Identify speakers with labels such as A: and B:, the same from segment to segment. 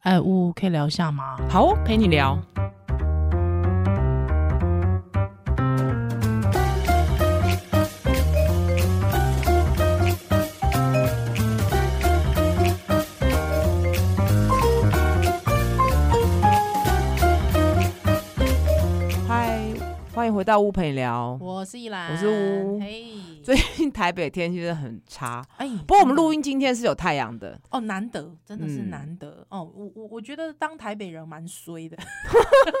A: 哎，呜，可以聊一下吗？
B: 好哦，陪你聊。嗨，欢迎回到屋陪你聊。
A: 我是依兰，
B: 我是呜
A: 嘿，
B: 最近台北天气真的很差，
A: 哎，
B: 不过我们
A: 真的
B: 录音今天是有太阳的，
A: 哦，难得，真的是
B: 嗯
A: 难得、哦。我我我觉得当台北人蛮衰的，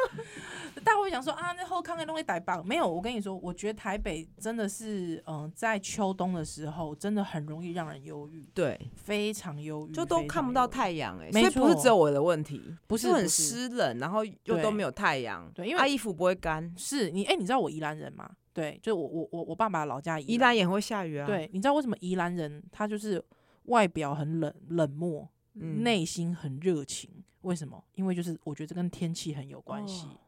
A: 大家会想说啊，那后康的东西台北没有。我跟你说，我觉得台北真的是，嗯、在秋冬的时候，真的很容易让人忧郁，
B: 对，
A: 非常忧郁，
B: 就都
A: 非常
B: 看不到
A: 忧郁
B: 太阳哎、欸，
A: 没
B: 所以不是
A: 错
B: 只有我的问题，
A: 不
B: 就是很
A: 不是
B: 湿冷，然后又
A: 对
B: 都没有太阳，
A: 对因为
B: 啊衣服不会干，
A: 是你哎、你知道我宜兰人吗？对，就我我我我爸爸老家
B: 依
A: 宜兰，
B: 然也会下雨啊，，
A: 对，你知道为什么宜兰人他就是外表很冷冷漠，
B: 嗯
A: 内心很热情？为什么？因为就是我觉得这跟天气很有关系。
B: 哦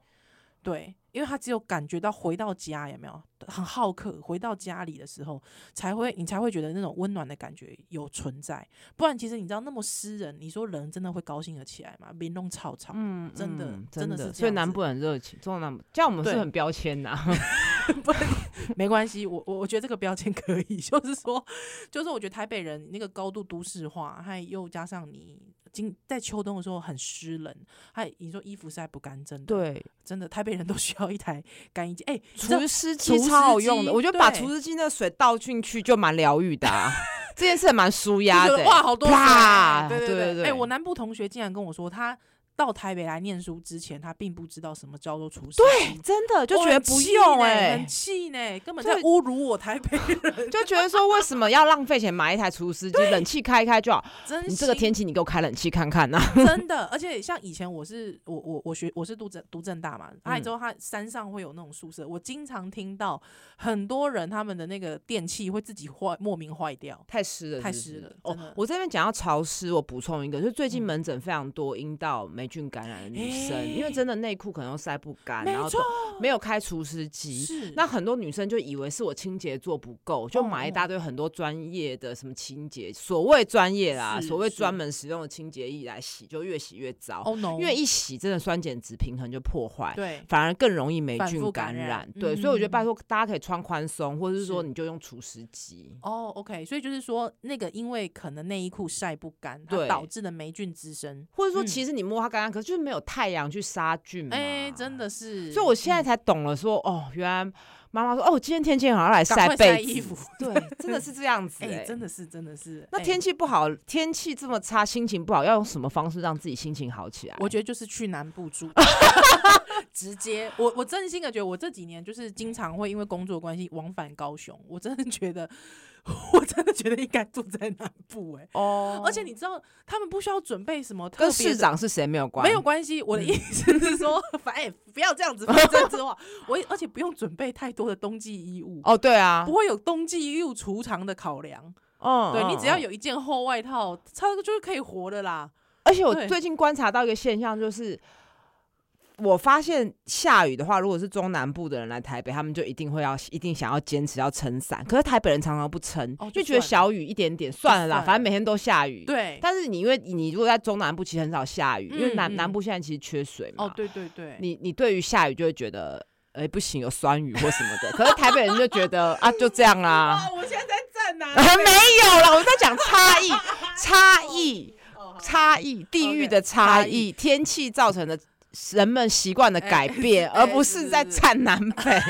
A: 对，因为他只有感觉到回到家有没有很好客，回到家里的时候才会你才会觉得那种温暖的感觉有存在，不然其实你知道那么湿人，你说人真的会高兴了起来吗？民弄吵吵，
B: 嗯
A: 真的
B: 嗯
A: 真的
B: 真
A: 是这样
B: 所以南
A: 子
B: 部很热情，中南部，这样我们是
A: 对
B: 很标签呐、
A: 没关系，我我我觉得这个标签可以， 就是说，就是我觉得台北人那个高度都市化，还又加上你今在秋冬的时候很湿冷，还你说衣服晒不干，真的，，
B: 对， 真
A: 真的台北人都需要一台干衣机。哎、你知道
B: 除湿
A: 除
B: 机
A: 湿
B: 超好用
A: 机
B: 的，我觉得把
A: 对
B: 除湿机那水倒进去就蛮疗愈 的、啊，这件事蛮舒压
A: 就觉
B: 的欸、
A: 得哇，好多水
B: 啪
A: 对
B: 对
A: 对
B: 对
A: 哎、
B: 对
A: 我南部同学竟然跟我说，他到台北来念书之前，他并不知道什么叫做除湿机。
B: 真的就
A: 我
B: 觉得
A: 很
B: 不
A: 气
B: 用
A: 呢
B: 哎、
A: 很气呢，根本在
B: 对
A: 侮辱我台北 人。
B: 就觉得说为什么要浪费钱买一台 除湿机，冷气开一开就好，
A: 真
B: 你这个
A: 心
B: 天 气你给我开冷气看看啊呐、
A: 真的，而且像以前我是我我我学我是读政读政大嘛，啊
B: 嗯
A: 爱州它山上会有那种宿舍，我经常听到很多人他们的那个电器会自己坏，莫名坏掉，
B: 太湿了
A: 太
B: 是不
A: 湿
B: 是
A: 了真的
B: 哦，我这边讲到潮湿，我补充一个，就是最近
A: 嗯
B: 门诊非常多阴道霉菌感染的女生，
A: 哎
B: 因为真的内裤可能都塞不干，
A: 没
B: 然后都
A: 错，
B: 没有开除湿机。
A: 是
B: 那很多女生就以为是我清洁做不够，就
A: 哦
B: 买一大堆很多专业的什么清洁，所谓专业啦，
A: 是
B: 所谓
A: 是
B: 专门使用的清洁液来洗，就越洗越糟，
A: 哦 no，
B: 因为一洗真的酸碱值平衡就破坏。
A: 对
B: 反而更容易霉
A: 反复
B: 菌
A: 感
B: 感
A: 染
B: 染，对，所以我觉得
A: 嗯
B: 拜托大家可以穿宽松，或者是说
A: 是
B: 你就用除湿机。
A: 哦 OK，所以就是说那个因为可能内衣裤晒不干，它
B: 对
A: 导致的霉菌滋生，
B: 或者说
A: 嗯
B: 其实你摸它干干，可是就是没有太阳去杀菌嘛。
A: 哎、真。的是，
B: 所以我现在
A: 嗯
B: 才懂了说，哦，原来妈妈说，哦，今天天气很好，要来
A: 赶快晒
B: 被子
A: 衣服。，
B: 对，真的是这样子、
A: 哎、
B: 哎、
A: 真的是真的是，
B: 那
A: 哎
B: 天气不好，天气这么差，心情不好，要用什么方式让自己心情好起来？
A: 我觉得就是去南部 住，直接我我真心的觉得，我这几年就是经常会因为工作关系往返高雄，我真的觉得， 我真的觉得应该住在南部哎、
B: 哦
A: 而且你知道，他们不需要准备什么特
B: 跟
A: 别
B: 市
A: 的。
B: 长是谁没有关，
A: 没有关系，我的意思是 说，反正、哎不要这样子，不要这样子话，我也而且不用准备太多的冬季衣物，
B: 哦，对啊
A: 不，会有冬季衣物储藏的考量。
B: 嗯
A: 对你只要，
B: 嗯嗯
A: 有一件厚外套，差不多就是可以活的啦。
B: 而且我
A: 对
B: 最近观察到一个现象，就是我发现下雨的话，如果是中南部的人来台北，他们就一定会要一定想要坚持要撑伞，可是台北人常常不撑，
A: 哦就
B: 就觉
A: 算
B: 得
A: 了
B: 小雨一点点算了啦，
A: 算了
B: 反正每天都下雨。。
A: 对，
B: 但是你因为你如果在中南部，其实很少下雨，因为南
A: 嗯嗯
B: 南部现在其实缺水嘛。
A: 哦，对对对，
B: 你你对于下雨就会觉得，哎、不行，有酸雨或什么的。可是台北人就觉得啊，就这样啦、
A: 哇，我现在在站呐、
B: 没有啦，我在讲 差异，差异，
A: 哦
B: 差异，地域的差异，天气造成的人们习惯的改变，
A: 哎是
B: 而不是在占南 北。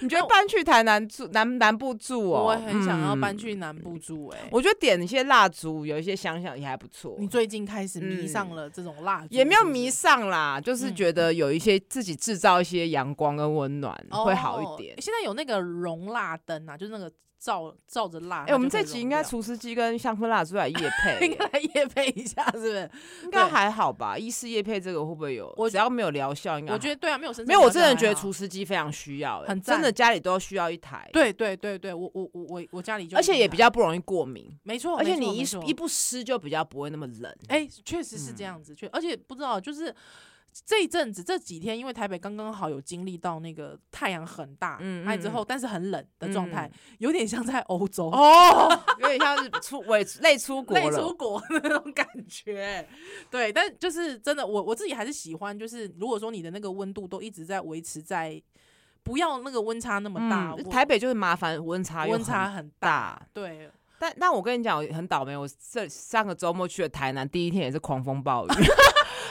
B: 你觉
A: 那
B: 得
A: 我
B: 搬去台南住南南部住哦？
A: 我很想要搬
B: 啊嗯。
A: 去南部住、哎、
B: 我觉得点一些蜡烛，有一些想想也还不错。
A: 你最近开始迷
B: 嗯
A: 上了这种蜡烛，
B: 也没有
A: 是不是
B: 迷上啦，就是觉得有一些自己制造一些阳光跟温暖、会好一点
A: 哦。现在有那个熔蜡灯啊，就是那个照照着蜡。
B: 哎、
A: 哎、
B: 我们这集应该厨师机跟香氛蜡烛来夜 配
A: 应该
B: 耶，
A: 来夜配一下，是不是？
B: 应该还好吧？医师夜配这个会不会有？
A: 我
B: 只要没有疗效，应该
A: 我觉
B: 得
A: 得对啊，没有生
B: 没有。我真的
A: 还
B: 觉得
A: 好
B: 厨师机非常需要、哎
A: 很赞
B: 真的家里都需要一台，，
A: 对对对对，我我我我我家里就
B: 而且也比
A: 较
B: 较不容易过敏，
A: 没错，
B: 而且
A: 没错
B: 你一嗯
A: 没错
B: 一不湿就比较不会那么冷。
A: 哎，确实是这样子，确、而且不知道就是。这一阵子这几天，因为台北刚刚好有经历到那个太阳很大，
B: 嗯
A: 哎之
B: 嗯
A: 后但是很冷的状态，有点像在欧洲
B: 哦，有点像是出我累出国
A: 内
B: 了
A: 出，国那种感觉。对，但就是真的，我我自己还是喜欢，就是如果说你的那个温度都一直在维持在，不要那个温差那么大，我
B: 台北就是麻烦温嗯差又
A: 温差
B: 很
A: 很大。
B: 大。
A: 对，
B: 但但我跟你讲，我很倒霉，我这上个周末去了台南，第一天也是狂风暴雨。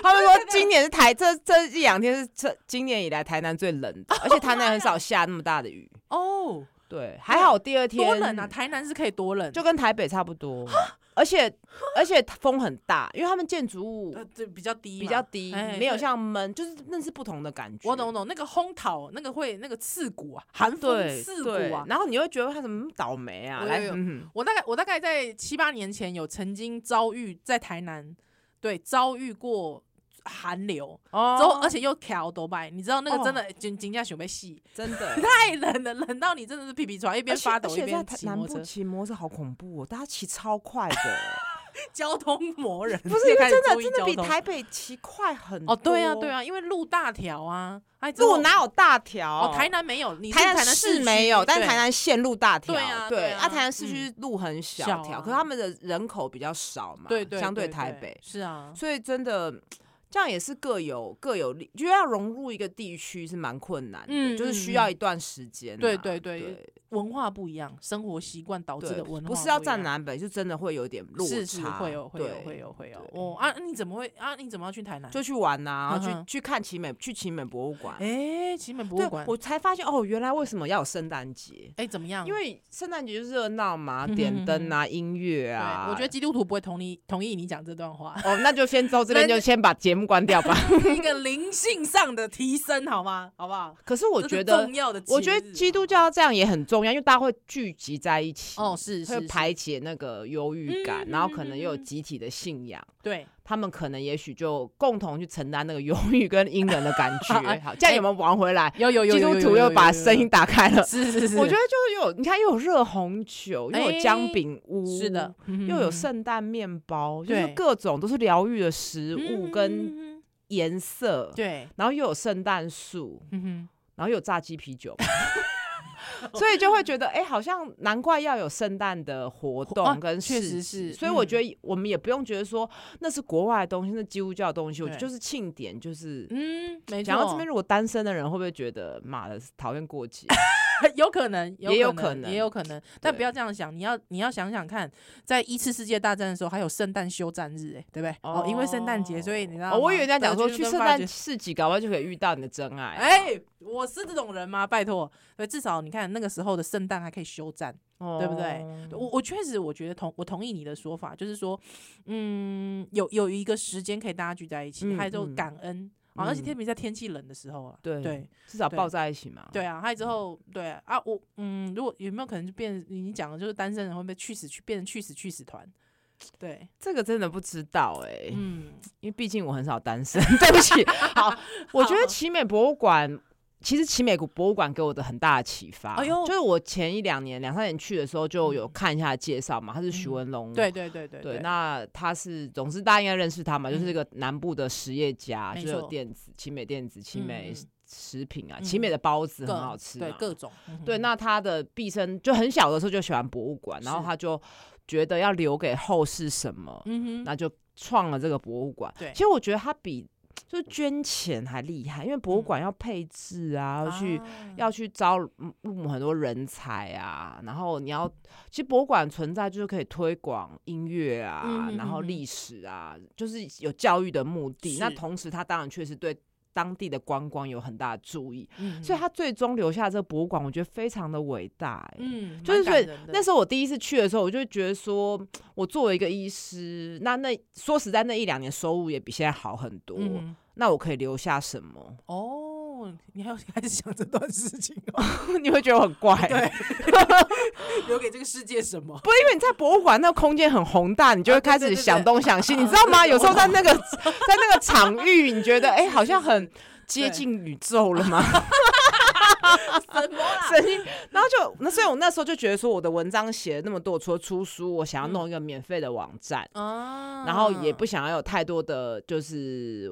B: 他们说今年是台这这一两天是这今年以来台南最冷的，而且台南很少下那么大的雨。
A: 哦，
B: 对，还好第二天
A: 多冷啊！台啊南是可以多冷，
B: 就跟台北差不多，而且而且风很大，因为他们建筑物
A: 呃，对，比较低嘛，
B: 比较低，
A: 哎
B: 没有
A: 对
B: 像闷，就是那是不同的感觉。
A: 我懂我懂，那个烘烤那个会那个刺骨啊，寒风
B: 对
A: 刺
B: 对
A: 骨啊。
B: 然后你会觉得他怎么倒霉啊？
A: 有
B: 来，
A: 有有
B: 嗯
A: 我大概我大概在七八年前有曾经遭遇在台南，对，遭遇过寒流，
B: 哼哦
A: 之后而且又调都拜，你知道那个真
B: 哦
A: 的紧紧张想被戏，
B: 真的
A: 太冷了，冷到你真的是屁屁喘，一
B: 而
A: 边
B: 且
A: 发抖
B: 而
A: 一
B: 且在
A: 边
B: 台
A: 骑
B: 南
A: 摩
B: 部
A: 托车，
B: 骑摩托车好恐怖哦，大家骑超 快的，
A: 交通魔 人，
B: 不是因为
A: 开始
B: 真的
A: 注意
B: 真的
A: 交
B: 比
A: 通
B: 台北骑快很多。
A: 哦，对啊对
B: 啊，
A: 啊，因为路大条啊，哎，之后
B: 路哪有大条？
A: 哦台南没有，你是
B: 台南
A: 南市
B: 市没有，
A: 区
B: 但
A: 对
B: 台南县路大条，
A: 对啊对
B: 对
A: 啊
B: 台南市区路很小
A: 小
B: 条，
A: 啊
B: 可是他们的人口比较少嘛，
A: 对对
B: 相
A: 对
B: 对台北，
A: 是啊，
B: 所以真的这样也是各有各有利，就要融入一个地区是蛮困难的，
A: 嗯
B: 就是需
A: 嗯
B: 要
A: 嗯
B: 一段时间啊、
A: 对对对
B: 对
A: 文化不一样，生活习惯导致
B: 对
A: 的文化
B: 不是要
A: 一样
B: 站南北，就真的会有点落差，
A: 是是会有会有
B: 对
A: 会有会有
B: 对
A: 哦啊！你怎么会啊？你怎么要去台南？
B: 就去玩呐、然后
A: 嗯哼
B: 去去看奇美，去奇美博物馆。
A: 哎，奇美博
B: 对
A: 物馆，，
B: 我才发现哦，原来为什么要有圣诞节？
A: 哎怎么样？
B: 因为圣诞节就是热闹嘛，
A: 嗯哼
B: 点灯啊，音乐
A: 对
B: 啊。，
A: 我觉得基督徒不会同意 同意你讲这段话
B: 哦，那就先到这边，
A: 人
B: 就先把节目关掉吧。
A: 一个灵性上的提升，好吗？好不好？
B: 可是我
A: 这是
B: 觉得
A: 重，要的节日，啊
B: 我觉得基督教这样也很重要，因为大家会聚集在一起，
A: 哦是是
B: 会
A: 是
B: 排解那个忧郁感，
A: 嗯
B: 然后可
A: 嗯
B: 能
A: 嗯
B: 又有
A: 嗯
B: 集体的信仰。
A: 对，
B: 他们可能也许就共同去承担那个忧郁跟阴冷的感 觉
A: 哎。
B: 好，这样有没有玩回来？
A: 有有有
B: 基
A: 有
B: 督
A: 有
B: 徒
A: 有
B: 又
A: 有
B: 把
A: 有
B: 声
A: 有
B: 音打开了，
A: 是是嗯是，
B: 我觉得就是有，你看又有热红酒，又有姜饼屋，
A: 哎是的，，
B: 又有圣诞面包，就
A: 嗯
B: 是
A: 对嗯
B: 各种都是疗愈的食物跟
A: 跟
B: 颜色，
A: 对，
B: 然后又有圣诞树，
A: 嗯哼
B: 然后又有炸鸡啤 酒。所以就会觉得，哎、好像难怪要有圣诞的活
A: 啊
B: 动跟
A: 确
B: 市
A: 实
B: 集
A: 是
B: 所以我
A: 嗯
B: 觉得我们也不用觉得说那是国外的东西，那基督教的东西，我觉得
A: 对
B: 就是庆典，就是。
A: 嗯，没错，
B: 讲到这边，如果单身的人会不会觉得妈的讨厌过节？
A: 有可能，
B: 也有
A: 有
B: 可能
A: 能，也有可能，但不要这样想，你要你要想想看，在一次世界大战的时候，还有圣诞休战日，哎，对不对？哦，因为圣诞节，所以你知道吗，
B: 哦，我以为人家讲
A: 德
B: 说
A: 军
B: 去
A: 跟
B: 圣
A: 法
B: 诞
A: 军
B: 市集，搞不好就可以遇到你的真爱。
A: 哎、我是这种人吗？拜托，对，至少你看那个时候的圣诞还可以休战。
B: 哦
A: 对不对？我我确实我觉得同我同意你的说法，就是说，嗯，有有一个时间可以大家聚在一起，
B: 嗯
A: 还有就
B: 嗯
A: 感恩啊，而且
B: 嗯
A: 特别在天气冷的时候啊，
B: 对
A: 对
B: 至少
A: 对
B: 抱在一起嘛。
A: 对啊，还有之后对啊，啊我嗯，如果有没有可能就变你讲的就是单身人会被去死去变成去死去死团？对，
B: 这个真的不知道哎、
A: 嗯，
B: 因为毕竟我很少单身。 对不起，好，我觉得奇美博物馆。其实奇美博物馆给我的很大的启发，
A: 哎呦
B: 就是我前一两年、两三年去的时候就有看一下介绍嘛，他是徐
A: 嗯
B: 文龙，
A: 对对对对
B: 对，那他是，总之大家应该认识他嘛，就是
A: 嗯
B: 这个南部的实业家，
A: 没
B: 就有
A: 错
B: 电子、奇美电子、奇
A: 嗯
B: 美
A: 嗯
B: 食品啊，
A: 嗯
B: 奇美的包子
A: 各
B: 很好吃嘛，
A: 对各种，嗯
B: 对，
A: 哼
B: 那他的毕生就很小的时候就喜欢博物馆，然后
A: 是
B: 他就觉得要留给后世什么，
A: 嗯哼，
B: 那就创了这个博物馆。
A: 对
B: 其实我觉得他比就是捐钱还厉害，因为博物馆要配置啊，要去。
A: 嗯啊
B: 要去招嗯入母很多人才啊，然后你要，
A: 嗯
B: 其实博物馆存在就是可以推广音乐啊，
A: 嗯哼
B: 然后
A: 嗯哼
B: 历史啊，就是有教育的目的。那
A: 是
B: 同时，它当然确实对当地的观光有很大的注意，
A: 嗯
B: 所以
A: 哼
B: 它最终留下这个博物馆，我觉得非常的伟大、欸。
A: 嗯，
B: 就
A: 蛮
B: 是
A: 感
B: 所以
A: 人的
B: 那时候我第一次去的时候，我就觉得说，我作为一个医师，那那说实在，那一两年收入也比现在好很多，
A: 嗯哼
B: 那我可以留下什么？
A: 哦，你还有 开始想这段事情哦，
B: 你会觉得我很怪、
A: 对留给这个世界什么？
B: 不是 因为你在博物馆那个空间很宏大，你就会
A: 啊对
B: 开
A: 对
B: 始
A: 对
B: 想
A: 对
B: 东想西，你知道 吗？
A: 对
B: 有时候
A: 我
B: 在那个 在那个场域，你 觉得哎、好像很接
A: 对
B: 近宇宙了 吗？
A: 什么啦？
B: 声音，然后就那所以我那时候就觉得说，我的文章写了那么多，除了出书，我想要
A: 嗯
B: 弄一个免费的网站，
A: 啊
B: 然后也不想要有太多的就是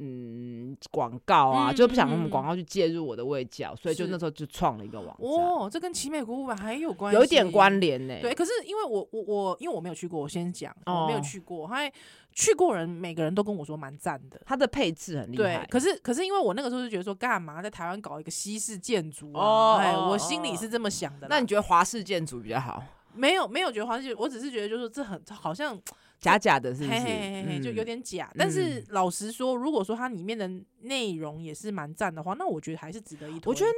B: 嗯广告啊，
A: 嗯
B: 就不想
A: 嗯
B: 用
A: 嗯
B: 广告去介入我的味觉，所以就是那时候就创了一个网站，
A: 哦，这跟奇美国物馆还有关系，
B: 有一点关联呢、
A: 对，可是因为我我我，因为我没有去过，我先讲，我没有
B: 哦
A: 去过，还去过人每个人都跟我说蛮赞的。
B: 它的配置很厉
A: 对
B: 害，。
A: 可是可是因为我那个时候就觉得说，干嘛在台湾搞一个西式建筑啊？
B: 哦
A: 哎，
B: 哦
A: 我心里
B: 哦
A: 是这么想的啦。
B: 那你觉得华式建筑比较好？
A: 没有没有觉得华西，我只是觉得就是这很好像
B: 假假的，是不
A: 嘿
B: 是？
A: 嘿嘿嘿，就有
B: 嗯
A: 点假。但是
B: 嗯
A: 老实说，如果说它里面的内容也是蛮赞的话，那我觉得还是值得一推。
B: 我觉得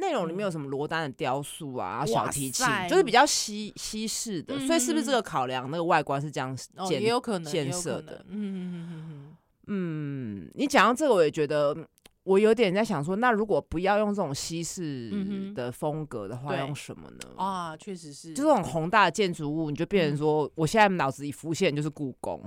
B: 内容里面有什么罗丹的雕塑啊、
A: 嗯
B: 小提琴
A: 哇塞，
B: 就是比较西西式的，
A: 嗯
B: 所以是不是这个考量那个外观是这样
A: 哦，
B: 建
A: 也有可能
B: 建
A: 也有
B: 设
A: 可
B: 的
A: 能，嗯嗯嗯嗯
B: 嗯，你讲到这个，我也觉得嗯我有点在想说，那如果不要用这种西
A: 嗯
B: 式
A: 哼
B: 的风格的话，
A: 对
B: 用什么呢？
A: 嗯，啊，确实是，
B: 就这种宏大的建筑物，你就
A: 嗯
B: 变成说，我现在脑子里浮现就是故 宫，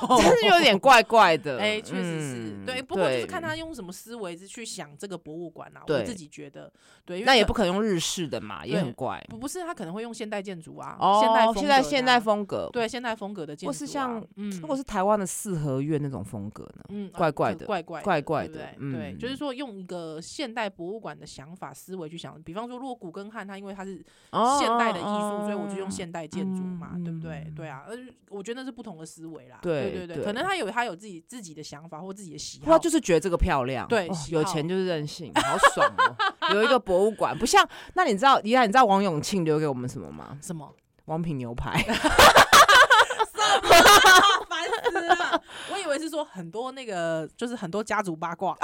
A: 种
B: 真是有点怪怪的。
A: 哦 哎，确实是
B: 嗯
A: 对，不过就是看他用什么思维去想这个博物馆啦。啊我
B: 对
A: 自己觉得，对，因为
B: 那也
A: 可
B: 不可能用日式的嘛，也
A: 对
B: 很怪。
A: 不不是他可能会用现代建筑啊，
B: 哦，
A: 现代风
B: 现
A: 格
B: 在
A: 的
B: 现
A: 啊
B: 代风格，
A: 对现代风格的建筑啊，
B: 或是像
A: 嗯，
B: 如果是台湾的四合院那种风格呢？
A: 嗯
B: 怪
A: 啊
B: 怪
A: 就
B: 的
A: 怪怪
B: 怪怪
A: 对不
B: 的
A: 对对，就是
B: 嗯
A: 说用一个现代博物馆的想法思维去想，比方说如果古根汉他因为他是
B: 哦
A: 现代的艺术，所以我就用。
B: 哦
A: 现代建筑嘛，
B: 嗯
A: 对不对？
B: 嗯
A: 对啊，呃，我觉得那是不同的思维啦，
B: 对
A: 对对，
B: 对
A: 可能他有他有自己自己的想法或自己的喜
B: 哦
A: 好
B: 他，就是觉得这个漂亮，
A: 对
B: 哦
A: 喜
B: 有
A: 好
B: 钱就是任性，好爽 哦！有一个博物馆，不像那你知道，怡然你知道王永庆留给我们什么吗？
A: 什么？
B: 王品牛排，
A: 烦死了！我以为是说很多那个，就是很多家族八卦，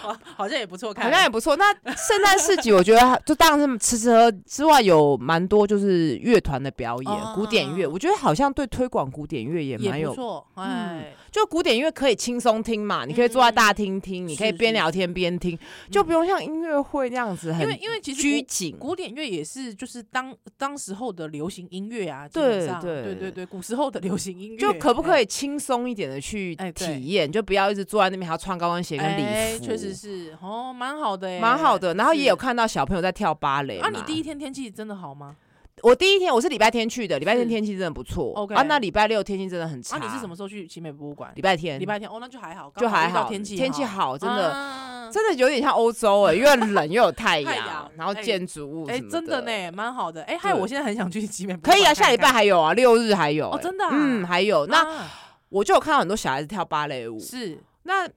A: 好好像也不错看，
B: 好像也不错。那圣诞市集，我觉得就当然是吃吃喝之外，有蛮多就是乐团的表
A: 哦
B: 演，古典乐，我觉得好像对推广古典乐也蛮
A: 也不
B: 有嗯
A: 错，哎，
B: 就古典音乐可以轻松听嘛，你可以坐在大厅听，你可以
A: 是
B: 边
A: 是
B: 聊天边听，就不用像音乐会那样子
A: 嗯
B: 很
A: 因为因为其实
B: 拘
A: 古
B: 谨。
A: 古典乐也是就是当当时候的流行音乐啊，基本上对
B: 对对
A: 对对，古时候的流行音乐，
B: 就可不可
A: 以
B: 以轻松一点的去
A: 嗯哎对
B: 体验，就不要一直坐在那边还要穿高跟鞋跟
A: 哎
B: 礼，服，
A: 确实是哦，蛮好的，
B: 蛮好。的。然后也有
A: 是
B: 看到小朋友在跳芭蕾嘛。
A: 啊，你第一天天气真的好吗？
B: 我第一天我是礼拜天去的，礼拜天
A: 是
B: 天气真的不错。
A: OK
B: 啊，那礼拜六天气真的很差。
A: 啊，你是什么？时候去奇美博物馆
B: 礼？拜天，
A: 礼拜天哦，那就还好，
B: 就
A: 刚
B: 还
A: 遇到
B: 好，
A: 天气
B: 天气好，真的。
A: 啊
B: 真的有点像欧洲哎、欸，又冷又有太
A: 太
B: 阳
A: 阳，
B: 然后
A: 哎
B: 建筑物
A: 哎、
B: 什么
A: 真的呢，蛮好的。哎、害
B: 对
A: 我现在很想去集美博物
B: 可
A: 馆看
B: 以
A: 看。
B: 啊，下礼拜还有啊，六日还有、
A: 哦
B: 欸
A: 真的啊
B: 嗯，还有。那
A: 啊
B: 我就有看到很多小孩子跳芭蕾舞，
A: 是
B: 那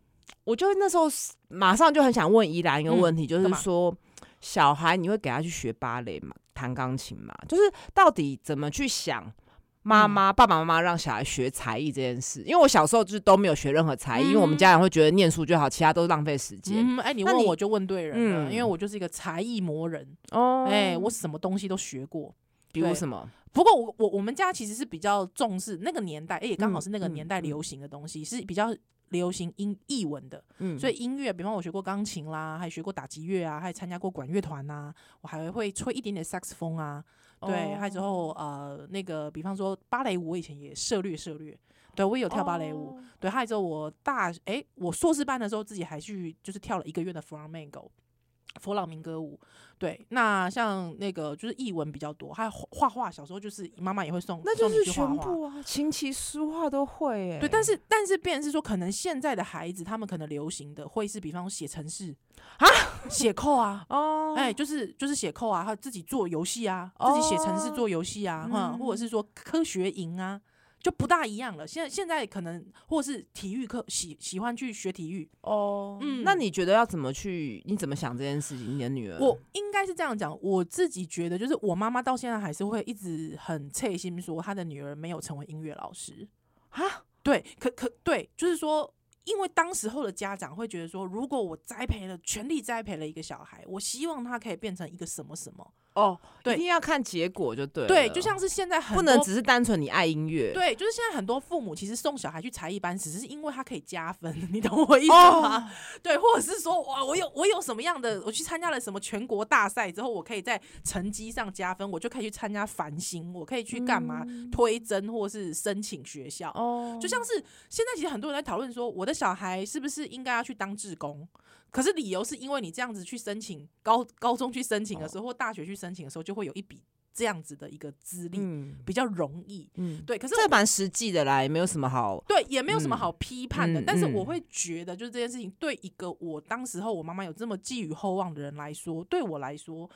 B: 我就那时候是马上就很想问怡兰一个问题，就
A: 嗯干
B: 是
A: 嘛
B: 说，小孩你会给他去学芭蕾吗？弹钢琴吗？就是到底怎么去想？
A: 嗯
B: 妈妈、爸爸妈妈让小孩学才艺这件事，因为我小时候就是都没有学任何才艺，因为我
A: 嗯
B: 们家人会觉得念书就好，其他都是浪费时间。
A: 嗯，哎、你
B: 那
A: 问
B: 你
A: 我就问对人了，
B: 嗯
A: 因为我就是一个才艺魔人。
B: 哦
A: 哎、我什么东西都学过。
B: 比如
A: 对
B: 什么？
A: 不过我我我们家其实是比较重视那个年代，哎、也刚好是那个
B: 嗯嗯
A: 年代流行的东西，是比较流行音译文的。
B: 嗯
A: 所以音乐，比方我学过钢琴啦，还学过打击乐啊，还参加过管乐团呐，我还会吹一点点萨克斯风啊，对，
B: 哦
A: 还有之后呃那个，比方说芭蕾舞，我以前也涉略涉略，对我也有跳芭蕾
B: 哦
A: 舞，对，还有之后我大诶，我硕士班的时候自己还去就是跳了一个月的弗朗明哥。佛朗明哥舞，对，那像那个就是译文比较多，还有画画画，小时候就是妈妈也会送，
B: 那就
A: 送你
B: 是
A: 去
B: 全
A: 画画
B: 部啊，琴棋书画都会、欸。
A: 对，但是但是，变成是说，可能现在的孩子，他们可能流行的会是，比方说写程式
B: 啊，
A: 写扣啊，
B: 哦，
A: 哎、就是就是写扣啊，还有自己做游戏啊，自己写程式
B: 哦嗯
A: 做游戏啊，哈、或者是说科学营啊，就不大一样了。现在现在可能或是体育课喜喜欢去学体育，
B: 哦，
A: 嗯
B: 那你觉得要怎么去？你怎么想这件事情？你的女儿，
A: 我应该是这样讲，我自己觉得，就是我妈妈到现在还是会一直很切心说，她的女儿没有成为音乐老师
B: 啊。
A: 对，可可对，就是说，因为当时候的家长会觉得说，如果我栽培了，全力栽培了一个小孩，我希望他可以变成一个什么什么。
B: 哦，
A: 对
B: 一定要看结果就对了，
A: 对，就像是现在很
B: 不能
A: 多
B: 只是单纯你爱音乐，
A: 对，就是现在很多父母其实送小孩去才艺班，只是因为他可以加分， 你懂我意思吗？
B: 哦，
A: 对，或者是说，哇，我有我有什么样的，我去参加了什么全国大赛之后，我可以在成绩上加分，我就可以去参加繁星，我可以去干
B: 嗯
A: 嘛、推甄或是申请学校。
B: 哦
A: 嗯就像是现在，其实很多人在讨论说，我的小孩是不是应该要去当志工？可是
B: 哦
A: 理由是因为你这样子去申请高高中去申请的时候，或大学去申请的时候，就会有一笔这样子的一个资历，
B: 嗯
A: 比较容易。
B: 嗯，
A: 对，可是
B: 这个蛮实际的啦，也没有什么好。
A: 对，也没有什么
B: 嗯
A: 好批判的，但是
B: 嗯
A: 我
B: 嗯
A: 会觉得，就是这件事情对一个我当时候我妈妈有这么寄予厚望的人来说，对我来说，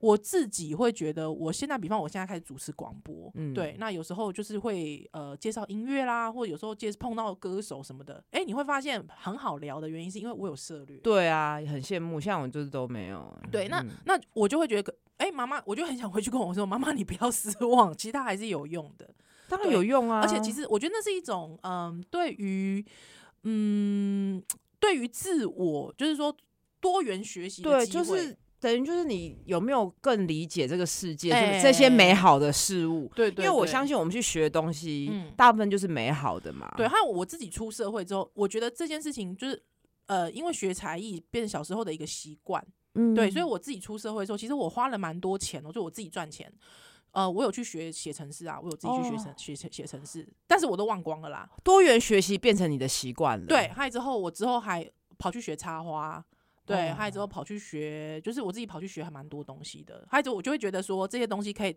A: 我自己会觉得，我现在，比方我现在开始主持广播，
B: 嗯
A: 对，那有时候就是会呃介绍音乐啦，或者有时候接碰到歌手什么的，哎、你会发现很好聊的原因是因为我有涉略，
B: 对啊，很羡慕，像我就是都没有。
A: 对，那
B: 嗯
A: 那我就会觉得，哎、妈妈，我就很想回去跟我说，妈妈你不要失望，其实它还是有用的。
B: 当然有用啊，
A: 而且其实我觉得那是一种，嗯，对于，嗯，对于自我，就是说多元学习的
B: 对，
A: 机
B: 就
A: 会
B: 是等于就是你有没有更理解这个世界，
A: 哎
B: 这些美好的事物？
A: 对对，
B: 因为我
A: 对
B: 相。信我们去学的东西，
A: 嗯
B: 大部分就是美好的嘛。
A: 对，还有我自己出社会之后，我觉得这件事情就是，呃，因为学才艺变成小时候的一个习惯，
B: 嗯
A: 对，所以我自己出社会之后，其实我花了蛮多钱哦，就我自己赚钱。呃，我有去学写程式啊，我有自己去学
B: 哦
A: 程、学写写程式，但是我都忘光了啦。
B: 多元学习变成你的习惯了。
A: 对，，还有之后我之后还跑去学插花，对，
B: 哦
A: 还有之后跑去学，就是我自己跑去学还蛮多东西的。还有之后我就会觉得说这些东西可以，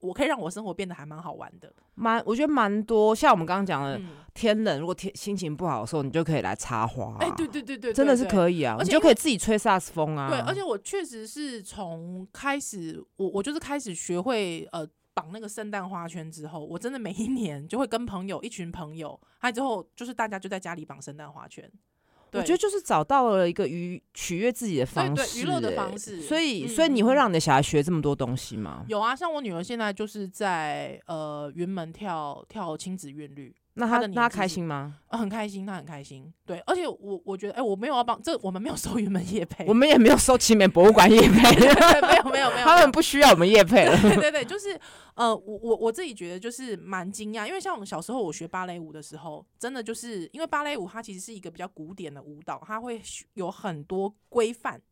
A: 我可以让我生活变得还蛮好玩的。
B: 蛮我觉得蛮多，像我们刚刚讲的，
A: 嗯，
B: 天冷，如果天心情不好的时候，你就可以来插花、啊
A: 哎、对。对对对，
B: 真的是
A: 对。
B: 可以啊，
A: 而
B: 你
A: 且
B: 就
A: 因
B: 可以自己吹萨克斯风啊。
A: 对，而且我确实是从开始，我我就是开始学会呃绑那个圣诞花圈之后，我真的每一年就会跟朋友一群朋友，还有之后就是大家就在家里绑圣诞花圈。
B: 我
A: 对
B: 觉得就是找到了一个娱取悦自己的方式、
A: 对娱乐的
B: 哎
A: 方式
B: 所以，
A: 嗯
B: 所以你
A: 嗯嗯
B: 会让你的小孩学这么多东西吗？
A: 有啊，像我女儿现在就是在呃云门跳跳亲子韵律，
B: 那
A: 他
B: 他
A: 的
B: 那
A: 年
B: 他
A: 纪
B: 开
A: 是
B: 心吗？
A: 呃很开心，她很开心。对，而且我我觉得，哎、我没有要帮这，我们没有收云门夜配，
B: 我们也没有收奇美博物馆叶配，
A: 对 没有没有没有，
B: 他们不需要我们叶配了。
A: 对对对，就是呃，我我我自己觉得就是蛮惊讶，因为像我们小时候我学芭蕾舞的时候，真的就是因为芭蕾舞它其实是一个比较古典的舞蹈，它会需有很多规范。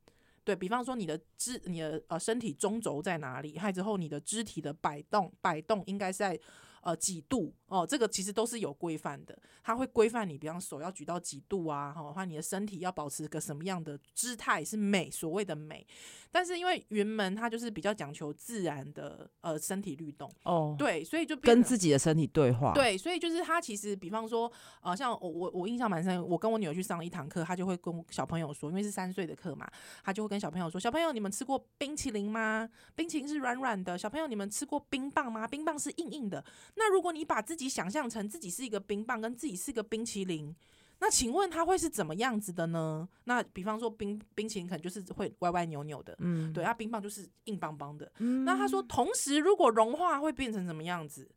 A: 对比方说，你的肢、你的呃身体中轴在哪里，还有之后你的肢体的摆动、摆动应该是在呃几度哦，这个其实都是有规范的。它会规范你，比方手要举到几度啊，哈、哦，或你的身体要保持个什么样的姿态是美，所谓的美。但是因为云门它就是比较讲求自然的呃身体律动，
B: 哦，
A: 对，所以就变
B: 跟
A: 得
B: 自己的身体对话。，
A: 对，所以就是它其实比方说呃，像我我我印象蛮深，我跟我女儿去上了一堂课，她就会跟小朋友说，因为是三岁的课嘛，她就会跟小朋友说，小朋友你们吃过冰淇淋吗？冰淇淋是软软的，小朋友你们吃过冰棒吗？冰棒是硬硬的。那如果你把自己想象成自己是一个冰棒，跟自己是个冰淇淋。那请问它会是怎么样子的呢？那比方说冰冰淇淋可能就是会歪歪扭扭的，
B: 嗯，
A: 对，它啊冰棒就是硬邦邦的。
B: 嗯。
A: 那他说，同时如果融化会变成什么样子？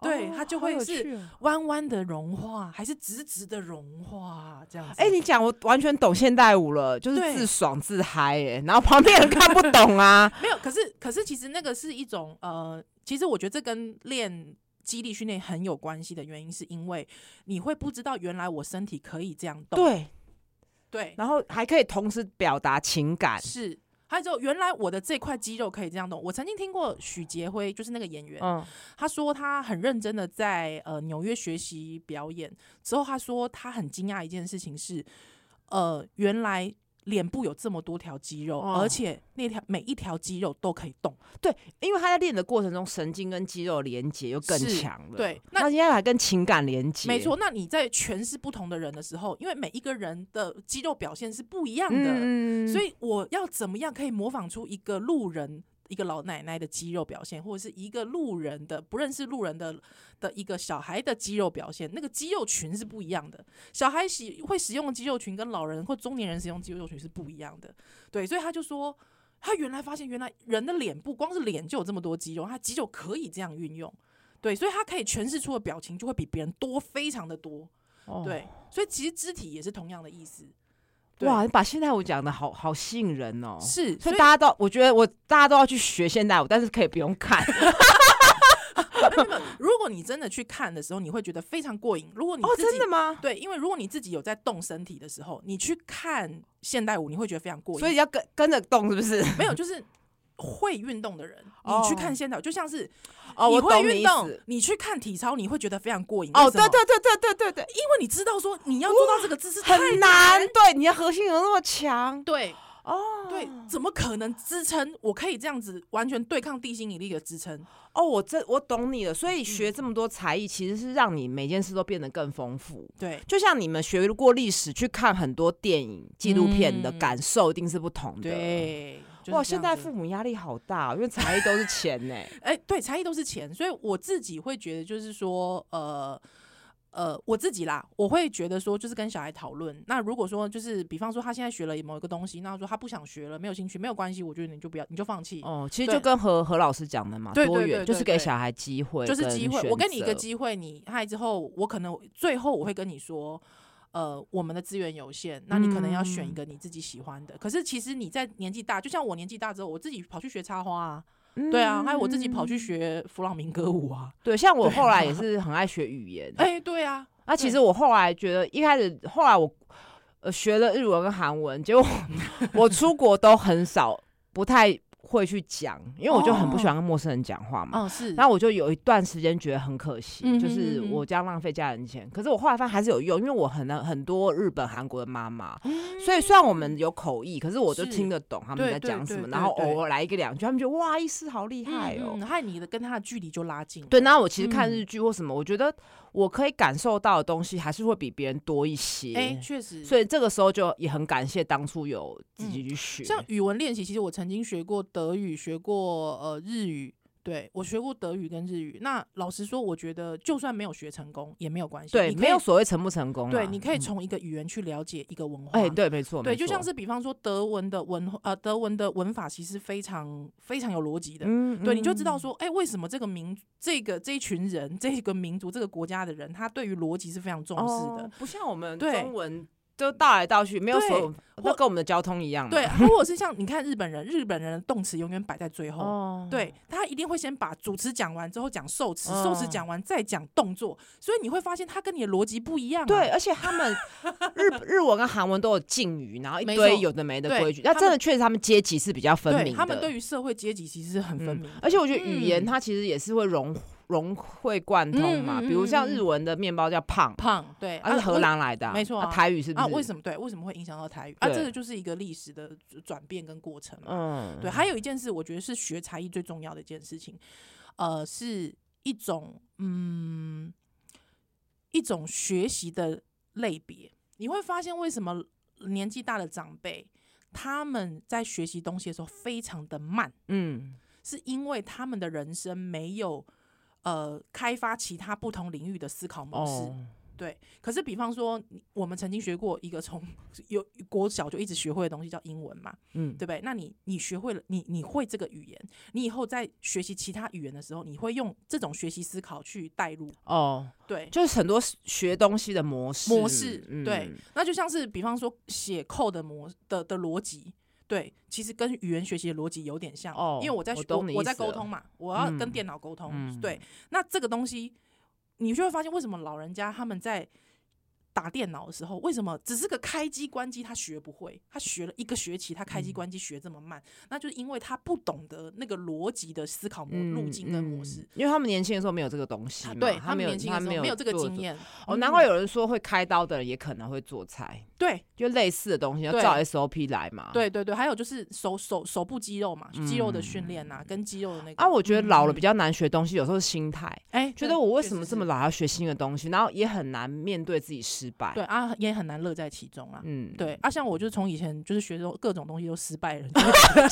A: 对
B: 哦
A: 他就
B: 好
A: 会
B: 有
A: 是
B: 趣哦
A: 弯弯的融化，还是直直的融化？这样子？
B: 哎、你讲我完全懂现代舞了，就是
A: 对
B: 自爽自嗨哎、然后旁边人看不 懂啊。
A: 没有？可是可是，其实那个是一种呃，其实我觉得这跟练肌力训练很有关系的原因，是因为你会不知道原来我身体可以这样动。
B: 对，
A: 对，
B: 然后还可以同时表达情感。
A: 是。还有之后，原来我的这块肌肉可以这样动。我曾经听过许杰辉，就是那个演员，
B: 嗯，
A: 他说他很认真的在呃纽约学习表演之后，他说他很惊讶一件事情是，呃，原来脸部有这么多条肌肉，
B: 哦
A: 而且那条每一条肌肉都可以动。
B: 因为他在练的过程中，神经跟肌肉连接又更
A: 是
B: 强了。
A: 对那
B: 那现在还跟情感连接，
A: 没错，那你在诠释不同的人的时候，因为每一个人的肌肉表现是不一样的，
B: 嗯，嗯嗯
A: 所以我要怎么样可以模仿出一个路人？一个老奶奶的肌肉表现，或者是一个路人的不认识路人的的一个小孩的肌肉表现，那个肌肉群是不一样的。小孩使会使用的肌肉群跟老人或中年人使用肌肉群是不一样的。对，所以他就说，他原来发现原来人的脸部光是脸就有这么多肌肉，他肌肉可以这样运用。对，所以他可以诠释出的表情就会比别人多，非常的多。
B: 哦
A: 对，所以其实肢体也是同样的意思。对
B: 哇，你把现代舞讲的好好吸引人哦。
A: 是，
B: 所
A: 所
B: 以
A: 以
B: 大家都，我觉得我大家都要去学现代舞，但是可以不用 看。
A: 哦如果你真的去看的时候，你会觉得非常过瘾。如果你
B: 哦，
A: 自己、
B: 真的吗？
A: 对，因为如果你自己有在动身体的时候，你去看现代舞，你会觉得非常过瘾。
B: 所以要跟跟着动，是不是？
A: 没有，就是会运动的人，
B: 哦
A: 你去看现代舞，就像是
B: 哦，我
A: 你会
B: 懂 你
A: 运
B: 意
A: 动
B: 思。，
A: 你去看体操，你会觉得非常过瘾。
B: 哦，
A: 为什
B: 对
A: 么
B: 对对对对对对，
A: 因为你知道说你要做到这个姿势太
B: 很难，对，你的核心有那么强
A: 对，
B: 哦，
A: 对，怎么可能支撑？我可以这样子完全对抗地心引力的支撑。
B: 哦，我这我懂你了。所以学这么多才艺，其实是让你每件事都变得更丰富。
A: 对，
B: 就像你们学过历史，去看很多电影、纪录片的
A: 嗯
B: 感受，一定是不同的。，
A: 对，就是这
B: 哇，
A: 样
B: 现在
A: 子
B: 父母压力好大哦、因为才艺都是钱呢、
A: 哎、对，才艺都是钱，所以我自己会觉得就是说，呃。呃，我自己啦，我会觉得说，就是跟小孩讨论。那如果说就是，比方说他现在学了某一个东西，那他说他不想学了，没有兴趣，没有关系，我觉得你就不要，你就放弃，
B: 哦，其实
A: 对
B: 就跟何何老师讲的嘛，
A: 对
B: 多
A: 对
B: 元
A: 对
B: 就是
A: 对
B: 给
A: 对
B: 小孩机会，
A: 就是机会。我给你一个，机会，你害之后，我可能最后我会跟你说，呃，我们的资源有限，那你可能要选一
B: 嗯
A: 个你自己喜欢的。可是其实你在年纪大，就像我年纪大之后，我自己跑去学插花啊，对啊，还有我自己跑去
B: 嗯。
A: 学弗朗明歌舞啊，
B: 对，像我
A: 对
B: 后来
A: 啊
B: 也是很爱学语 言，
A: 哎、对啊，
B: 那其
A: 对
B: 实我后来觉得，一开始后来我呃学了日文跟韩文，结果
A: 嗯
B: 我出国都很少，不太会去讲，因为我就
A: 哦
B: 很不喜欢跟陌生人讲话嘛。
A: 嗯，是，
B: 那我就有一段时间觉得很可惜，
A: 嗯哼
B: 就是
A: 嗯哼
B: 我这样浪费家人钱。可是我后来发现还是有用，因为我很很多日本、韩国的妈妈，
A: 嗯
B: 所以虽然我们有口译，可是我就是听得懂他们
A: 对
B: 在
A: 对
B: 讲什
A: 对
B: 么，
A: 对
B: 然后
A: 对
B: 偶尔来一个两句，他们觉得哇，医师好厉害哦。
A: 嗯嗯害你的跟他的距离就拉近。
B: 对，然后我其实看
A: 嗯
B: 日剧或什么，我觉得我可以感受到的东西还是会比别人多一些。
A: 哎、确实，
B: 所以这个时候就也很感谢当初有自己去
A: 嗯
B: 学。
A: 像语文练习，其实我曾经学过德语，学过呃日语。对我学过德语跟日语，那老实说，我觉得就算没有学成功也没有关系，
B: 对，
A: 你可以
B: 没有所谓成不成功啊。
A: 对，你可以
B: 嗯
A: 从一个语言去了解一个文化。
B: 哎、对，没错，
A: 对，
B: 没
A: 就像
B: 错
A: 是比方说德文的文呃德文的文法其实非常非常有逻辑的，
B: 嗯
A: 对，你就知道
B: 嗯
A: 说，哎、为什么这个民这个这一群人这个民族这个国家的人，他对于逻辑是非常重视的。
B: 哦不像我们
A: 对
B: 中文就倒来倒去，没有所
A: 对
B: 有，那
A: 或
B: 跟我们的交通一样嘛。
A: 对，哦如果是像你看日本人，日本人的动词永远摆在最后。
B: 哦，
A: 对他一定会先把主词讲完之后讲受词，受词
B: 嗯
A: 讲完再讲动作，所以你会发现他跟你的逻辑不一样、啊。
B: 对，，而且他 们日日文跟韩文都有敬语，然后一
A: 没
B: 堆
A: 错
B: 有的没的
A: 对
B: 规矩。那
A: 他
B: 真
A: 们
B: 的确实他们阶级是比较分
A: 对
B: 明的。
A: 他们对于社会阶级其实是很分
B: 嗯
A: 明的。
B: 而且我觉得语言
A: 嗯
B: 它其实也是会融融会贯通嘛，
A: 嗯嗯嗯
B: 比如像
A: 嗯嗯
B: 日文的面包叫胖，
A: 胖对，
B: 它是荷
A: 为
B: 兰来的啊、
A: 没错
B: 那
A: 啊
B: 台语是不
A: 啊？
B: 是？
A: 为
B: 么？
A: 什么对？为什么会影响到台语啊？
B: 对
A: 这个就是一个历史的转变跟过程嘛。
B: 嗯，
A: 对，还啊有一件事，我觉得是学才艺最重要的一件事情，呃，是一种嗯一种学习的类别。你会发现，为什么年纪大的长辈他们在学习东西的时候非常的慢，
B: 嗯，
A: 是因为他们的人生没有呃开发其他不同领域的思考模式。
B: 哦，
A: 对，可是比方说，你我们曾经学过一个从 有国小就一直学会的东西叫英文嘛，
B: 嗯，
A: 对不对？那你你学会了，你你会这个语言，你以后在学习其他语言的时候，你会用这种学习思考去带入，
B: 哦，
A: 对。
B: 就是很多学东西的模式
A: 模式对
B: 嗯
A: 那就像是比方说写扣的模的的逻辑，对，其实跟语言学习的逻辑有点像，
B: 哦
A: 因为我在
B: 我
A: 学
B: 懂
A: 我
B: 你意
A: 我在
B: 思
A: 沟
B: 了
A: 通嘛，我要
B: 嗯
A: 跟电脑沟通，
B: 嗯
A: 对。那这个东西，你就会发现为什么老人家他们在打电脑的时候，为什么只是个开机关机他学不会？他学了一个学期，他开机关机学这么慢，那就是因为他不懂得那个逻辑的思考模
B: 嗯
A: 路径跟模式
B: 嗯。因为他们年轻的时候没有这个东西嘛，
A: 啊对
B: 他
A: 们
B: 没有
A: 年轻的
B: 他
A: 时候
B: 有
A: 没有这个
B: 做
A: 经验，
B: 哦，
A: 嗯
B: 难怪有人说会开刀的人也可能会做菜，
A: 对
B: 就类似的东西要
A: 对
B: 照 SOP 来嘛。
A: 对对对，还有就是手手手部肌肉嘛，肌肉的训练呐，跟肌肉的那个
B: 嗯啊，我觉得老了比
A: 较
B: 较难学东西，有时候是心态。
A: 哎，
B: 觉
A: 对
B: 得我为
A: 确
B: 什么
A: 实
B: 这么
A: 是
B: 老要学新的东西，然后也很难面对自己失败。
A: 对，啊，也很难乐在其中啊。
B: 嗯，
A: 对啊，像我就是从以前就是学的各种东西都失败了， 就会觉得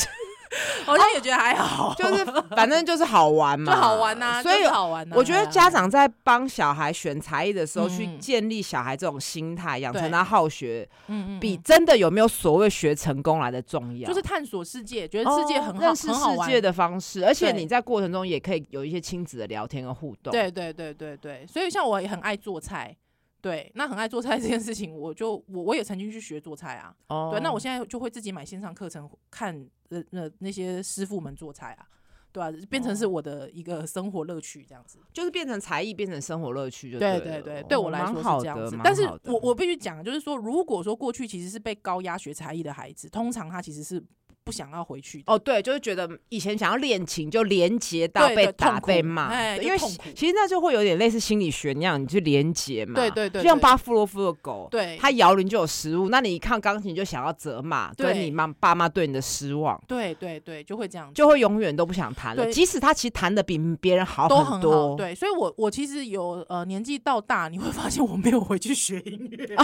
A: 好像也觉得还好，
B: 就是 反正就是好玩
A: 就
B: 嘛，
A: 好玩呐、
B: 所以
A: 就是好玩呐、啊
B: 我觉得家长在帮小孩选才艺的时候，
A: 嗯
B: 去建立小孩这种心态，养成
A: 对
B: 他好学，
A: 嗯嗯嗯
B: 比真的有没有所谓学成功来的重要。
A: 就是探索世界，觉得世界
B: 哦
A: 很好，
B: 认识
A: 很好
B: 世
A: 玩
B: 界。的方式，而且
A: 对
B: 你在过程中也可以有一些亲子的聊天跟互动。
A: 对对对对对，所以像我也很爱做菜。对，那很爱做菜这件事情，我就我我也曾经去学做菜啊。
B: 哦
A: 对，那我现在就会自己买线上课程看呃呃那些师傅们做菜啊，对啊，变成是我的一个生活乐趣这样子。
B: 就是变成才艺，变成生活乐趣就
A: 对
B: 对
A: 对
B: 了
A: 对，
B: 哦
A: 对我来
B: 蛮
A: 说
B: 好
A: 是这样
B: 的
A: 子
B: 蛮。
A: 但是
B: 好的嗯
A: 我我必须讲，就是说，如果说过去其实是被高压学才艺的孩子，通常他其实是不想要回去的。
B: 哦，对，就是觉得以前想要练琴，就连结到
A: 对
B: 被
A: 对
B: 打、
A: 痛苦
B: 被骂，
A: 哎
B: 对
A: 就
B: 因为
A: 痛
B: 其
A: 苦
B: 其实那就会有点类似心理学那样，你去连结嘛。
A: 对对对，
B: 就像
A: 对
B: 巴甫洛夫的狗，
A: 哦对
B: 它摇铃就有食物，那你一看钢琴就想要责骂，
A: 对
B: 跟你妈爸妈对你的失望，
A: 对对对，就会这样子，
B: 就会永远都不想弹了。
A: 对
B: 即使他其实弹的比别人好
A: 都很
B: 多，
A: 好。对，所以我我其实有呃年纪到大，你会发现我没有回去学音乐，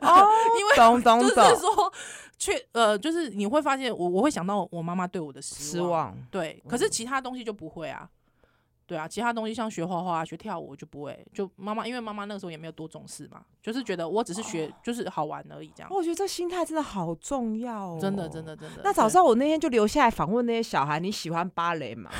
B: 哦，
A: 因为
B: 懂懂
A: 就是
B: 懂，
A: 说，确呃，就是你会发现我我会想到我妈妈对我的失
B: 失望。
A: 对，可
B: 嗯
A: 是其他东西就不会啊。对啊，其他东西像学画画、啊、学跳舞我就不会，就妈妈因为妈妈那个时候也没有多重视嘛，就是觉得我只是学、
B: 哦
A: 就是好玩而已这样。
B: 我觉得这心态真的好重要哦，
A: 真的真。的真的。
B: 那早
A: 对
B: 知道我那天就留下来访问那些小孩，你喜欢芭蕾吗？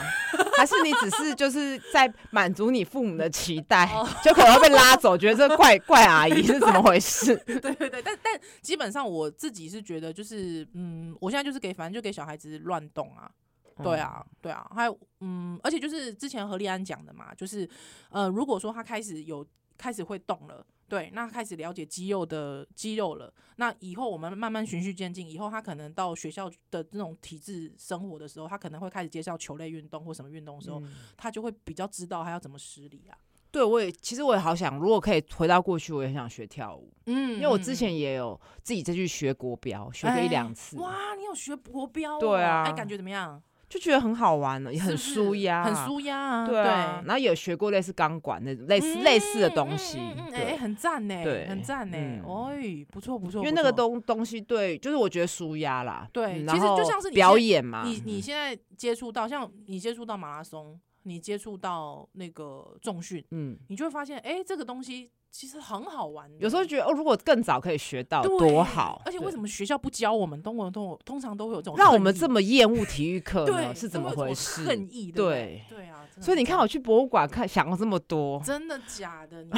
B: 还是你只是就是在满足你父母的期待
A: 哦，
B: 结果要被拉走，觉得这怪怪阿姨是怎么回事？
A: 对对对，但但基本上我自己是觉得，就是嗯，我现在就是给反正就给小孩子乱动啊，
B: 嗯
A: 对啊，对啊，还有嗯，而且就是之前何立安讲的嘛，就是呃，如果说他开始有开始会动了。对，那开始了解肌肉的肌肉了。那以后我们慢慢循序渐进，以后他可能到学校的那种体制生活的时候，他可能会开始接受球类运动或什么运动的时候，
B: 嗯。
A: 他就会比较知道他要怎么施力啊。
B: 对，我也其实我也好想，如果可以回到过去，我也很想学跳舞，
A: 嗯哎
B: 因为我之前也有自己再去学国标，学个一两次，
A: 哇，你有学国标、哦？
B: 对啊
A: 哎，感觉怎么样？
B: 就觉得很好玩了，也很
A: 是不是
B: 舒压，
A: 很舒压啊，
B: 对啊，然后也有学过类似钢管那种类
A: 嗯
B: 似、哎类似的东西，
A: 嗯嗯嗯哎，
B: 对。
A: 很赞呢，
B: 对
A: 很赞呢
B: 嗯，
A: 哎，不错不错，
B: 因为
A: 不
B: 那个
A: 错。
B: 东东西对，就是我觉得舒压啦。
A: 对
B: 嗯
A: 其实就
B: 然后
A: 像是你
B: 表
A: 现在
B: 演嘛。
A: 你你现在接触到像你接触到马拉松，你接触到那个重训，
B: 嗯，
A: 你就会发现，哎，这个东西其实很好玩的。
B: 有时候觉得哦，如果更早可以学到
A: 对
B: 多好。
A: 而且为什
B: 么
A: 么学校不教我们？通常都有通常都会有这种
B: 让我
A: 恨
B: 们
A: 意
B: 这么厌恶体育课呢？
A: 对
B: 是
A: 都
B: 怎么
A: 会有这
B: 回
A: 种
B: 事？
A: 恨意对不对对啊，真的
B: 所以
A: 很
B: 你看，
A: 赞
B: 我去博物馆看，想了这么多。
A: 真的假 的？你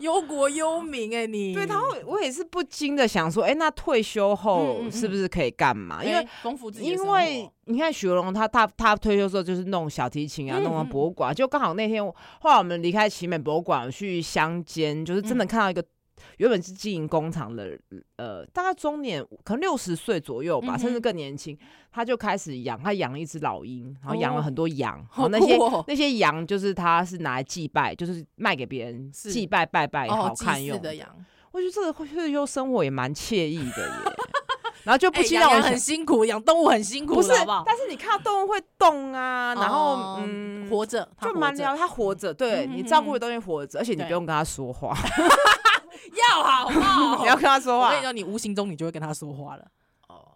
A: 忧国忧民哎，你
B: 对，然后我也是不禁的想说，哎，那退休
A: 嗯嗯
B: 后
A: 嗯
B: 是不是可以干嘛？因为
A: 哎丰富自己的
B: 因
A: 生
B: 为
A: 活
B: 你看许荣他他他退休之后就是弄小提琴啊，
A: 嗯
B: 弄到
A: 嗯
B: 博物馆，就刚好那天我后来我们离开奇美博物馆去乡间，就是真的
A: 嗯
B: 看到一个。原本是经营工厂的，呃，大概中年，可能六十岁左右吧，
A: 嗯哼
B: 甚至更年轻，他就开始养，他养了一只老鹰，然后养了
A: 哦
B: 很多羊，然
A: 好
B: 后那些、
A: 酷哦
B: 那些羊就是他是拿来祭拜，就是卖给别人
A: 是
B: 祭拜拜拜也
A: 哦
B: 好
A: 祭
B: 看
A: 祀
B: 用
A: 的羊，
B: 我觉得这个退休生活也蛮惬意的耶， 然后就不
A: 哎
B: 禁
A: 养
B: 让我
A: 羊
B: 想
A: 很辛苦，养动物很辛苦，
B: 不是
A: 好不好？
B: 但是你看到动物会动啊，然后、
A: 哦
B: 嗯，
A: 活着它
B: 就
A: 活
B: 蛮
A: 着
B: 聊它活着，对、
A: 嗯嗯
B: 你
A: 嗯
B: 照顾的东西活着，而且你
A: 对
B: 不用跟它说 话，
A: 要好不好
B: 你要跟它说
A: 我
B: 话
A: 跟你。说，你无形中你就会跟他说话了。
B: 哦，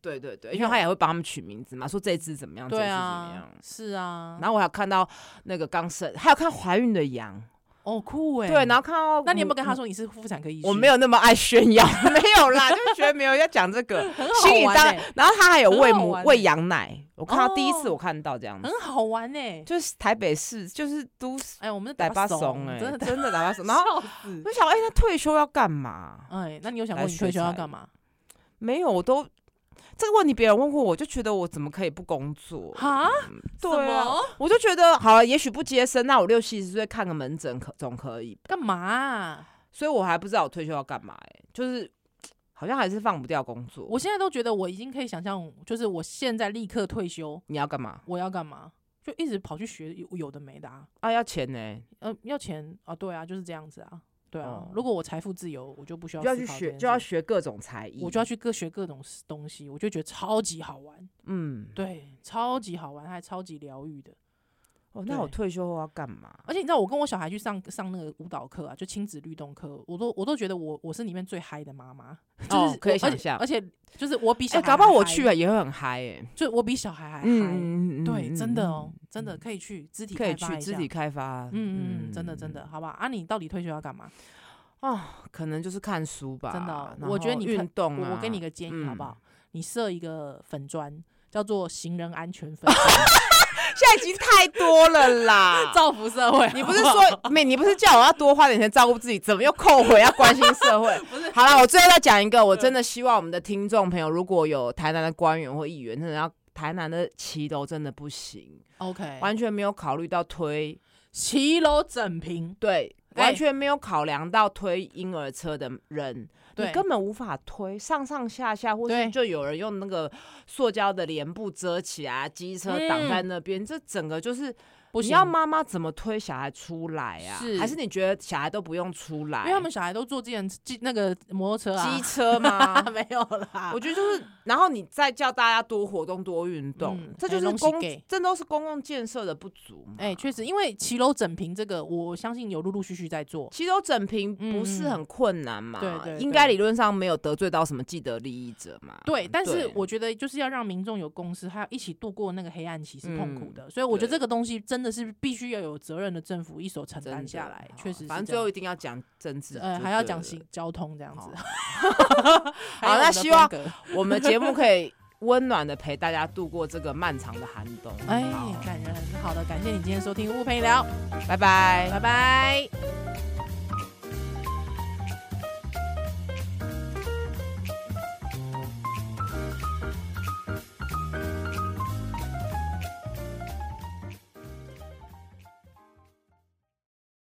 B: 对对对，因为它也会帮他们取名字嘛，说这只怎么样，这只
A: 啊对
B: 怎么
A: 啊
B: 样。，
A: 是啊。
B: 然后我还有看到那个刚生，还有看怀孕的羊，
A: 哦，酷哎。
B: 对，然后看到
A: 那你有没有跟他
B: 说？
A: 说你是妇产科医师？
B: 我没，有那么爱炫耀， 没有啦，就是觉得没有要讲这个，
A: 很
B: 心里
A: 好
B: 当
A: 玩哎，
B: 然后他还有
A: 很
B: 喂
A: 好
B: 母
A: 玩
B: 喂
A: 欸
B: 羊奶，我看到第一次
A: 哦
B: 我看到这样子，
A: 很好玩哎。
B: 就是台北市就是都市
A: 哎，我们的
B: 打巴
A: 巴
B: 怂哎，
A: 真的
B: 真的打 巴怂。然
A: 打
B: 后
A: 巴怂
B: 我。就想，哎、他退休要干嘛？
A: 哎，那你有想
B: 来
A: 过你
B: 学
A: 退休要
B: 才
A: 干嘛？
B: 没有，我都这个问题别人问过我，就觉得我怎么可以不工作？
A: 哈？啊什
B: 嗯对啊，
A: 么？
B: 我就觉得好了，也许不接生，那我六七十岁看个门诊可总可以。
A: 干嘛啊？
B: 所以我还不知道我退休要干嘛、哎，就是好像还是放不掉工作。
A: 我现在都觉得我已经可以想象，就是我现在立刻退休，
B: 你要干嘛？
A: 我要干嘛？就一直跑去学有有的没的啊。
B: 啊，要钱呢、
A: 呃，要钱啊，对啊，就是这样子啊，对啊。
B: 哦
A: 如果我财富自由，我就不需要
B: 就要
A: 思
B: 去
A: 考这
B: 学，
A: 件
B: 就要
A: 事
B: 学各种才艺。
A: 我就要去各学各种东西，我就觉得超级好玩，
B: 嗯，
A: 对，超级好玩，还超级疗愈的。
B: 哦，那我
A: 对
B: 退休后要干嘛？
A: 而且你知道，我跟我小孩去上上那个舞蹈课啊，就亲子律动课，我都我都觉得我我是里面最嗨的妈 妈，就是我、
B: 哦可以想
A: 而且
B: 象
A: 而且就是我比小
B: 哎、
A: 孩、
B: 搞不好我去，了也会很嗨哎、
A: 就我比小孩还嗨，
B: 嗯，嗯
A: 对，真的哦，，
B: 嗯嗯
A: 真的可以去肢体
B: 可
A: 开
B: 以
A: 发
B: 去
A: 一
B: 肢
A: 下
B: 体开发，啊
A: 嗯嗯，真的真的，好吧？啊，你到底退休要干嘛？
B: 哦，可能就是看书吧，
A: 真的哦
B: 然
A: 我觉得
B: 后
A: 你看
B: 运动啊，
A: 我我给你 一个建议好不
B: 嗯
A: 好？你设一个粉砖，叫做“行人安全 粉砖。
B: 现在已经太多了”，啦
A: 造福社会。
B: 你不是
A: 好好
B: 说没？你不是叫我要多花点钱照顾自己，怎么又扣回要关心社会？
A: 不是
B: 好啦，我最后再讲一个，我真的希望我们的听众朋友，如果有台南的官员或议员，真的要台南的骑楼真的不行，
A: OK？
B: 完全没有考虑到推
A: 骑楼整平，
B: 对完全没有考量到推婴儿车的人，
A: 对
B: 你根本无法推上上下下，或
A: 对
B: 是就有人用那个塑胶的帘布遮起来，啊机车挡在那边，这整个就是
A: 嗯不
B: 你
A: 行，
B: 要妈妈怎么推小孩出来啊？
A: 是
B: 还是你觉得小孩都不用出来？
A: 因为他们小孩都坐自行机那个摩托车啊
B: 机，车吗？
A: 没有啦
B: 我，觉得就是，然后你再叫大家多活动、多运动，
A: 嗯
B: 这就
A: 哎
B: 是
A: 东西
B: 公
A: 给，
B: 这都是公共建设的不足嘛。
A: 哎，确实，因为骑楼整平这个，我相信有陆陆续续在做，
B: 其实都整平不是
A: 嗯
B: 很困难嘛，
A: 对对
B: 应
A: 对
B: 该理论上没有得罪到什么既得利益者嘛。
A: 对，但是
B: 对
A: 我觉得就是要让民众有共识，还要一起度过那个黑暗期是痛苦
B: 嗯
A: 的，所以我觉得
B: 对
A: 这个东西真的是必须要有责任的政府一手承
B: 真的哦
A: 担下来，确实是
B: 反正
A: 这
B: 最
A: 样
B: 后一定要讲政治，
A: 呃
B: 就
A: 还要
B: 对
A: 讲
B: 了
A: 行。交通这样子
B: 好。
A: 还有我
B: 好那
A: 们的
B: 希望
A: 风格
B: 我们节目可 以温暖的陪大家度过这个漫长的寒冬。
A: 哎
B: 好
A: 感人，好的，感谢你今天收听《物陪你聊》，
B: 拜拜。
A: 拜拜。